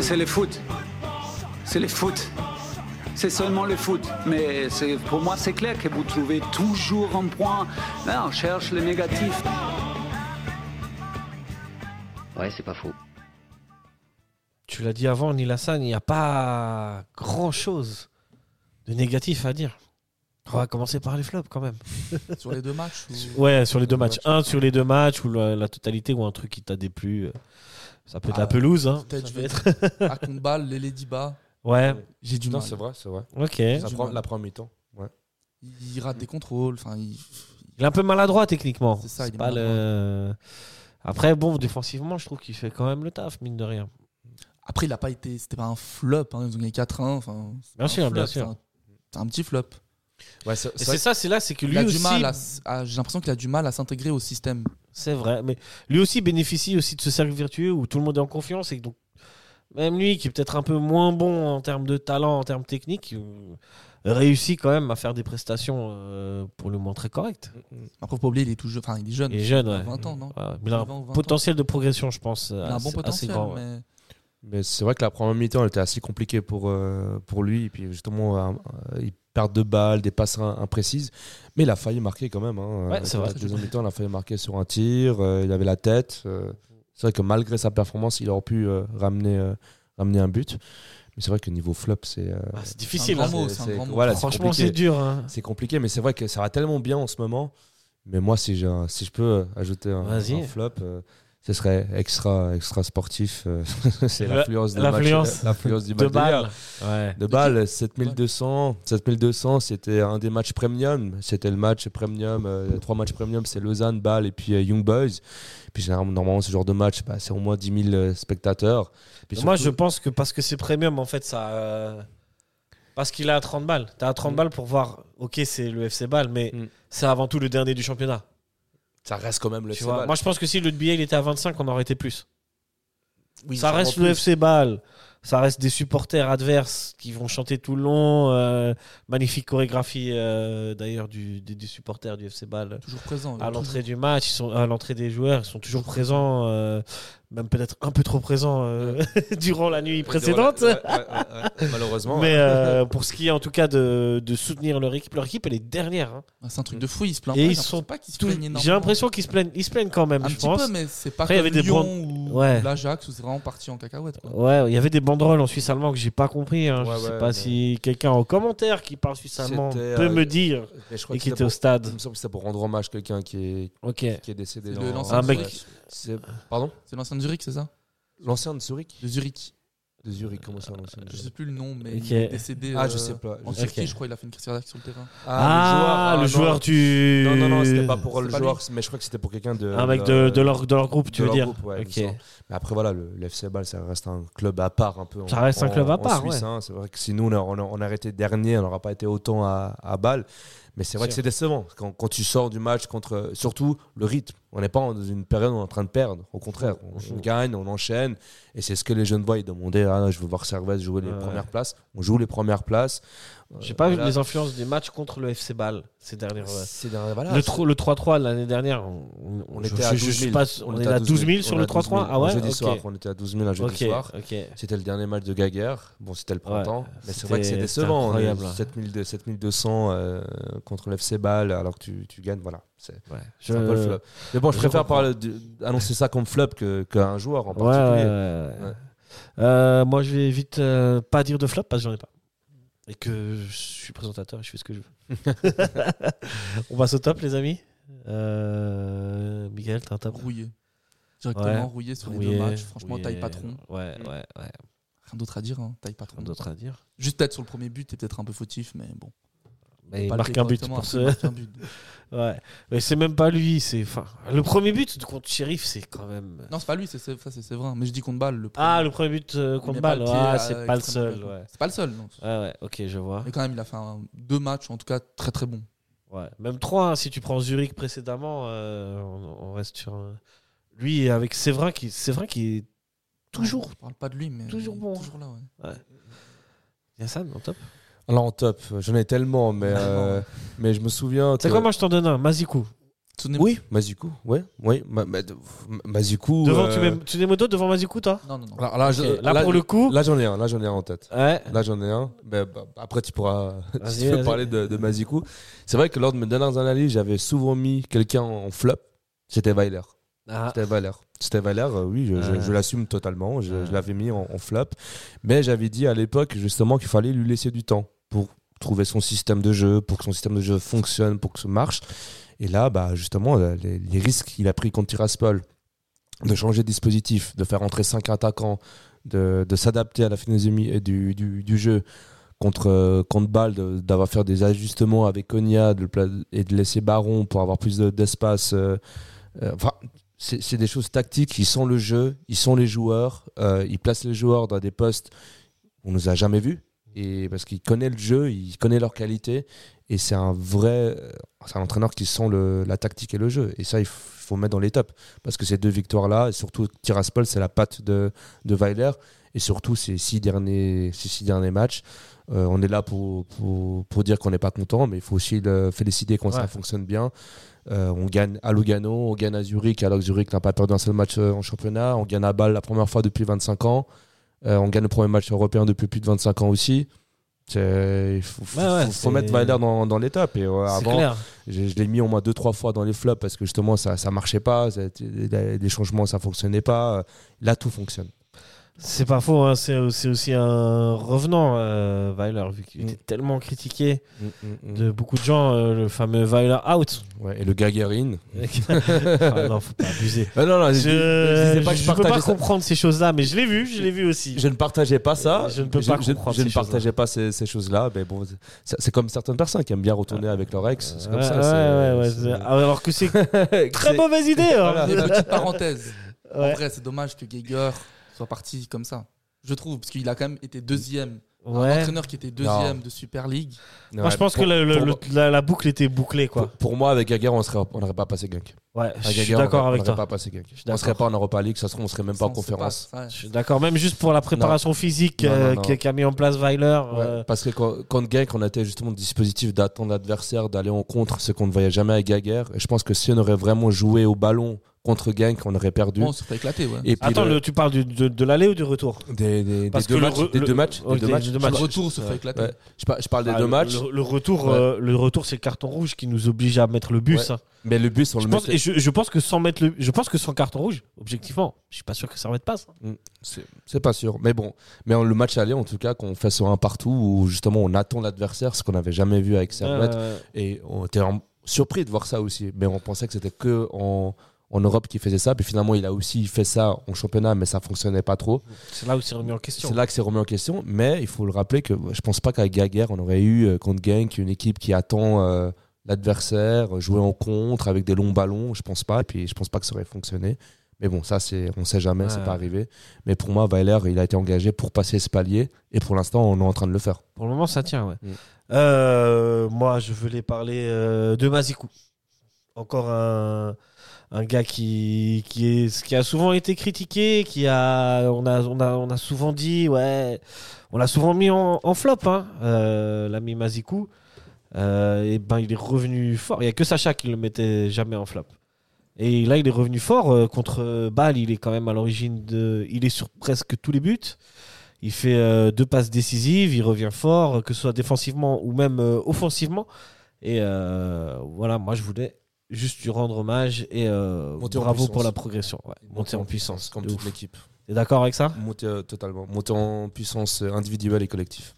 C'est le foot. C'est le foot. C'est seulement le foot. Mais c'est- pour moi, c'est clair que vous trouvez toujours un point. Là, on cherche le négatif. Ouais, c'est pas faux. Tu l'as dit avant, Nilassan, il n'y a pas grand-chose de négatif à dire. On va commencer par les flops quand même. Sur les deux matchs ou- Ouais, sur les deux matchs. Un sur les deux matchs ou la, la totalité ou un truc qui t'a déplu. Ça peut être Ah, la pelouse. Hein. peut-être Ça je peut vais être- À Kondbal, les Ladyba, Ouais, j'ai du Non, mal. c'est vrai, c'est vrai. ok. Ça du prend- mal. la première mi-temps. Ouais. Il rate des contrôles. Enfin, il- Il est un peu maladroit techniquement. C'est ça, C'est il est pas le... Après, bon, défensivement, je trouve qu'il fait quand même le taf, mine de rien. Après, il a pas été. C'était pas un flop. hein, Ils ont gagné 4-1. Enfin, c'est Bien un sûr, Ah, flop, hein. bien c'est sûr. un- C'est un petit flop. Ouais, c'est- Et c'est c'est ça, c'est là, c'est que Il lui a aussi. du mal à s- à- J'ai l'impression qu'il a du mal à s'intégrer au système. C'est vrai, mais lui aussi bénéficie aussi de ce cercle vertueux où tout le monde est en confiance et que donc même lui qui est peut-être un peu moins bon en termes de talent, en termes techniques, euh, réussit quand même à faire des prestations euh, pour le moins très correctes. Après, faut pas oublier, il est tout jeune. Enfin, il est jeune. Il est jeune, Il a ouais. 20 ans, non Ouais, mais il a un 20, 20 ans. potentiel de progression, je pense. Il a un bon potentiel. ouais. mais- Mais c'est vrai que la première mi-temps, elle était assez compliquée pour, euh, pour lui. Et puis justement, euh, euh, il perd deux balles, des passes in- imprécises. Mais il a failli marquer quand même. Hein. Ouais, c'est Euh, vrai. La deuxième mi-temps, il a failli marquer sur un tir. euh, il avait la tête. euh, c'est vrai que malgré sa performance, il aurait pu euh, ramener, euh, ramener un but. Mais c'est vrai que niveau flop, c'est. euh, Ah, c'est difficile. grand hein. mot. c'est un grand mot. voilà, Franchement, compliqué. c'est dur. hein. C'est compliqué, mais c'est vrai que ça va tellement bien en ce moment. Mais moi, si, j'ai un- si je peux ajouter un, Vas-y. un flop, euh, ce serait extra, extra sportif. euh, c'est La- l'influence du l'influence match. euh, L'influence du De match d'hier. balles. Ouais. De balles, 7200. 7200, c'était un des matchs premium. C'était le match premium. euh, trois matchs premium, c'est Lausanne, Bâle et puis euh, Young Boys. Puis généralement, normalement, ce genre de match, bah, c'est au moins 10 000 euh, spectateurs. Puis Moi, je surtout- pense que parce que c'est premium, en fait, ça. euh, Parce qu'il est à 30 balles. T'es à 30 balles pour voir, ok, c'est le FC Ball, mais Mm. c'est avant tout le dernier du championnat. Ça reste quand même le Tu FC vois. Bâle. Moi, je pense que si le billet il était à 25, on aurait été plus. Oui, ça sûrement reste plus. le FC Ball. Ça reste des supporters adverses qui vont chanter tout le long. euh, magnifique chorégraphie euh, d'ailleurs du, des, des supporters du FC Ball Toujours présent. à toujours. l'entrée du match, ils sont à l'entrée des joueurs, ils sont toujours présents, euh, même peut-être un peu trop présents euh, durant la nuit précédente. Ouais, ouais, ouais, ouais. Malheureusement. Mais euh, pour ce qui est en tout cas de, de soutenir leur équipe, leur équipe elle est dernière. hein. Ah, C'est un truc de fou. Il se plaint Et pas, ils j'ai l'impression sont pas qu'ils se Tout- plaignent énormément. J'ai l'impression qu'ils se plaignent, ils se plaignent quand même, Un je petit pense. peu, mais c'est pas Après, il y comme avait des Lyon bronzes. ou Ouais. l'Ajax où c'est vraiment parti en cacahuète. quoi. Ouais, il y avait des banderoles en Suisse allemand que j'ai pas compris. hein. Ouais, je sais ouais, pas mais- si quelqu'un en commentaire qui parle suisse allemand C'était, peut euh, me dire Mais je crois et que qui c'était était au pour- stade. Il me semble que c'est pour rendre hommage à quelqu'un qui est, Ok. qui est décédé. C'est dans- le- l'ancien Un de mec- Zurich. C'est- Pardon C'est l'ancien de Zurich, c'est ça L'ancien de Zurich De Zurich. De Zurich, comment ça l'ancien de Je sais Zurich plus le nom, mais Ok. il est décédé. Ah, euh, je sais pas. En Je- Turquie, Ok. je crois, il a fait une crise cardiaque sur le terrain. Ah, ah, le non. joueur du. Non, non, non, c'était pas pour le C'est pas joueur, mais je crois que c'était pour quelqu'un de. Un mec de, de leur, de leur groupe, tu veux de leur dire. groupe, ouais, il me ok. semble. Mais après, voilà, le, le FC Ball, ça reste un club à part un peu. en- Ça reste un en- club à en part, Suisse, ouais. hein. C'est vrai que si nous, on, a- on, a- on aurait été dernier, on n'aura pas été autant à, à Bâle. Mais c'est vrai Sûr. que c'est décevant quand, quand tu sors du match contre. Surtout le rythme. On n'est pas en- dans une période où on est en train de perdre. Au contraire, on, on gagne, on enchaîne. Et c'est ce que les jeunes voient. Ils demandaient ah, non, je veux voir Servette jouer les Ouais. premières places. On joue les premières places. Euh, J'ai pas vu Voilà. les influences des matchs contre le FC Ball ces dernières. C'est dans- voilà, le c'est- tro- le 3-3 l'année dernière, on, on je- était je- à je 12 suis 000. pas- on, est était à 12 000 sur on le est à 12 000. 3-3 Ah ouais Un jeudi Ok. soir, on était à 12 000 un jeudi Ok, soir. ok. C'était le dernier match de Gaguerre. Bon, c'était le printemps. mais c'est c'était- vrai que c'est c'était décevant. hein, On est à incroyable. 7200, 7200 euh, contre l'FC Bâle alors que tu, tu gagnes. Voilà. C'est Je- c'est un peu le flop. Mais bon, je, je préfère comprends. parler de- annoncer ça comme flop que- qu'un joueur en Ouais, particulier. ouais, ouais. Ouais. Euh, moi, je vais vite euh, pas dire de flop parce que j'en ai pas. Et que je suis présentateur et je fais ce que je veux. On passe au top, les amis. Euh, Miguel, t'as un top Rouillé. Directement Ouais. rouillé sur les Rouillet, deux matchs. Franchement, Rouillet. taille Hmm. patron. Ouais, ouais, ouais. Rien d'autre à dire, hein. taille patron. Rien d'autre à dire. Juste peut-être sur le premier but, t'es peut-être un peu fautif, mais bon. Mais il Pas le marque fait un but correctement, pour après, ce. il marque un but. Ouais. Mais c'est même pas lui. C'est. Enfin, le premier but contre Sheriff, c'est quand même. Non, c'est pas lui, c'est c'est- ça, c'est c'est vrai. Mais je dis contre balle. Le Ah, premier. le premier but euh, Il met contre pas balle. le pied Ah, à c'est pas le extrême seul. droite. Ouais. C'est pas le seul, non. Ouais, ouais, ok, je vois. Mais quand même, il a fait un- deux matchs, en tout cas, très très bons. Ouais, même 3, si tu prends Zurich précédemment, euh, on, on reste sur. un- Lui, avec Séverin, qui, Séverin qui est toujours. On parle pas de lui, mais. Toujours bon, hein. Toujours là, ouais. Yassan, en top. Alors en top, j'en ai tellement, mais, Vraiment. euh, mais je me souviens. C'est que- quoi, moi je t'en donne un Mazikou. Tsunem- Oui, Mazuku, ouais, oui, Ma- Ma- Ma- Mazuku. Devant euh, Tsunem- Tsunemoto, devant Mazuku, toi Non, non, non. alors là, je- Ok, Là, pour le coup. là, j'en ai un, là j'en ai un en tête. Ouais. Là j'en ai un. Mais, bah, après tu pourras Vas-y, si tu veux vas-y. parler de, de Mazikou. C'est vrai que lors de mes dernières analyses, j'avais souvent mis quelqu'un en flop. C'était Weiler. Ah. C'était Valer. C'était Valer, euh, oui, je, je- Ah. je l'assume totalement. Je, Ah. je l'avais mis en, en flop. Mais j'avais dit à l'époque, justement, qu'il fallait lui laisser du temps pour trouver son système de jeu, pour que son système de jeu fonctionne, pour que ça marche. Et là, bah, justement, euh, les, les risques qu'il a pris contre Tiraspol, de changer de dispositif, de faire entrer cinq attaquants, de, de s'adapter à la philosophie du, du, du jeu contre, euh, contre Bâle, de- d'avoir fait des ajustements avec Konya de le pla- et de laisser Baron pour avoir plus de- d'espace. euh, euh, enfin, c'est c'est des choses tactiques. Ils sont le jeu, ils sont les joueurs, euh, ils placent les joueurs dans des postes où on nous a jamais vus. Et parce qu'ils connaissent le jeu, ils connaissent leur qualité. Et c'est un vrai. C'est un entraîneur qui sent le- la tactique et le jeu. Et ça, il f- faut mettre dans les tops. Parce que ces deux victoires-là, et surtout Tiraspol, c'est la patte de, de Weiler. Et surtout, ces six derniers, ces six derniers matchs. Euh, on est là pour, pour, pour dire qu'on n'est pas content, mais il faut aussi le féliciter quand ça Ouais. fonctionne bien. Euh, on gagne à Lugano, on gagne à Zurich, alors que Zurich n'a pas perdu un seul match euh, en championnat. On gagne à Bâle la première fois depuis 25 ans. Euh, on gagne le premier match européen depuis plus de 25 ans aussi. C'est- Il faut, faut- Ouais, ouais, faut- faut c'est- mettre Weiler dans, dans les tops. Et euh, C'est avant, clair. je, je l'ai mis au moins deux, trois fois dans les flops parce que justement, ça ça marchait pas. ça- les changements, ça fonctionnait pas. Euh, Là, tout fonctionne. C'est pas faux, hein, c'est c'est aussi un revenant, euh, Weiler, vu qu'il Mm. était tellement critiqué de beaucoup de gens, euh, le fameux Weiler out. Ouais, et le Gagarine. Enfin, Euh, non, faut pas abuser. Ah non, non, Je, je, je disais pas que je je peux pas partageais ça. comprendre ces choses-là, mais je l'ai vu, je l'ai vu aussi. Je ne partageais pas ça. Je ne peux pas comprendre je ne ces choses-là. partageais pas ces, ces choses-là. Mais bon, c'est c'est comme certaines personnes qui aiment bien retourner avec leur ex. C'est comme Ah. Ouais, ça. ouais, c'est- ouais, ouais, c'est- c'est- ah, Alors que c'est très mauvaise idée. hein. Voilà. Et petite parenthèse. En Ouais. vrai, c'est dommage que Geiger soit parti comme ça. Je trouve, parce qu'il a quand même été deuxième. Un Ouais. entraîneur qui était deuxième de Super League. Moi, je Ouais, pense pour- que le- le- pour- le- la, la boucle était bouclée, quoi. Pour, pour moi, avec Gagar, on serait- on n'aurait pas passé Gunk. Ouais, je Avec suis Gagar, Ah, on d'accord aurait- avec on aurait toi. pas passé Gunk. suis On serait d'accord. pas en Europa League, ça se trouve, on serait même pas en Ça, on sait conférence. pas, ouais. Je suis d'accord, même juste pour la préparation physique Non, non, euh, non. qu'a qu'a mis en place Weiler. Ouais, euh, Parce que quand- contre Genk, on était justement le dispositif d'attendre l'adversaire, d'aller en contre, ce qu'on ne voyait jamais à Gaguerre. Et je pense que si on aurait vraiment joué au ballon contre Genk, on aurait perdu. Bon, on se fait éclater, ouais. Et puis Attends, le- le- tu parles du- de, de l'aller ou du retour des, des- des Parce que deux le matchs, re- des le- deux matchs, des ok, deux des matchs. deux Je le matchs. parle- retour se fait éclater. ouais. Je par- je parle des Ah, deux le, matchs, Le, le retour, Ouais. euh, le retour, c'est le carton rouge qui nous oblige à mettre le bus. Ouais. hein. mais le but, on Je le pense, mettait- et je, je pense que sans mettre le, je pense que sans carton rouge, objectivement, je suis pas sûr que ça remette passe. C'est c'est pas sûr. Mais bon, mais on- le match aller, en tout cas, qu'on fait sur un partout où justement on attend l'adversaire, ce qu'on n'avait jamais vu avec Servette. Euh, Et on était en- surpris de voir ça aussi. Mais on pensait que c'était que en, en Europe qu'il faisait ça. Puis finalement, il a aussi fait ça en championnat, mais ça fonctionnait pas trop. c'est là où c'est remis en question. C'est là que c'est remis en question. Mais il faut le rappeler que je pense pas qu'à Gaguerre, on aurait eu euh, contre Genk une équipe qui attend euh, l'adversaire, jouer en contre avec des longs ballons. Je pense pas. Et puis je pense pas que ça aurait fonctionné. Mais bon, ça, c'est, on sait jamais, Ouais. c'est pas arrivé. Mais pour moi, Weiler, il a été engagé pour passer ce palier. Et pour l'instant, on est en train de le faire. Pour le moment, ça tient. Ouais. Mm. Euh, moi, je voulais parler euh, de Mazikou. Encore un, un gars qui qui est qui a souvent été critiqué, qui a on a on a on a souvent dit ouais, on l'a souvent mis en, en flop, hein, euh, l'ami Mazikou. Euh, et ben, il est revenu fort. Il y a que Sacha qui le mettait jamais en flop. Et là, il est revenu fort euh, contre euh, Bâle. Il est quand même à l'origine de. Il est sur presque tous les buts. Il fait euh, deux passes décisives, il revient fort, euh, que ce soit défensivement ou même euh, offensivement. Et euh, voilà, moi je voulais juste lui rendre hommage et euh, Monter en bravo pour puissance. la progression. Ouais, monter en puissance. Comme de toute ouf. l'équipe. T'es d'accord avec ça Monter, euh, totalement. Monter en puissance euh, individuelle et collective.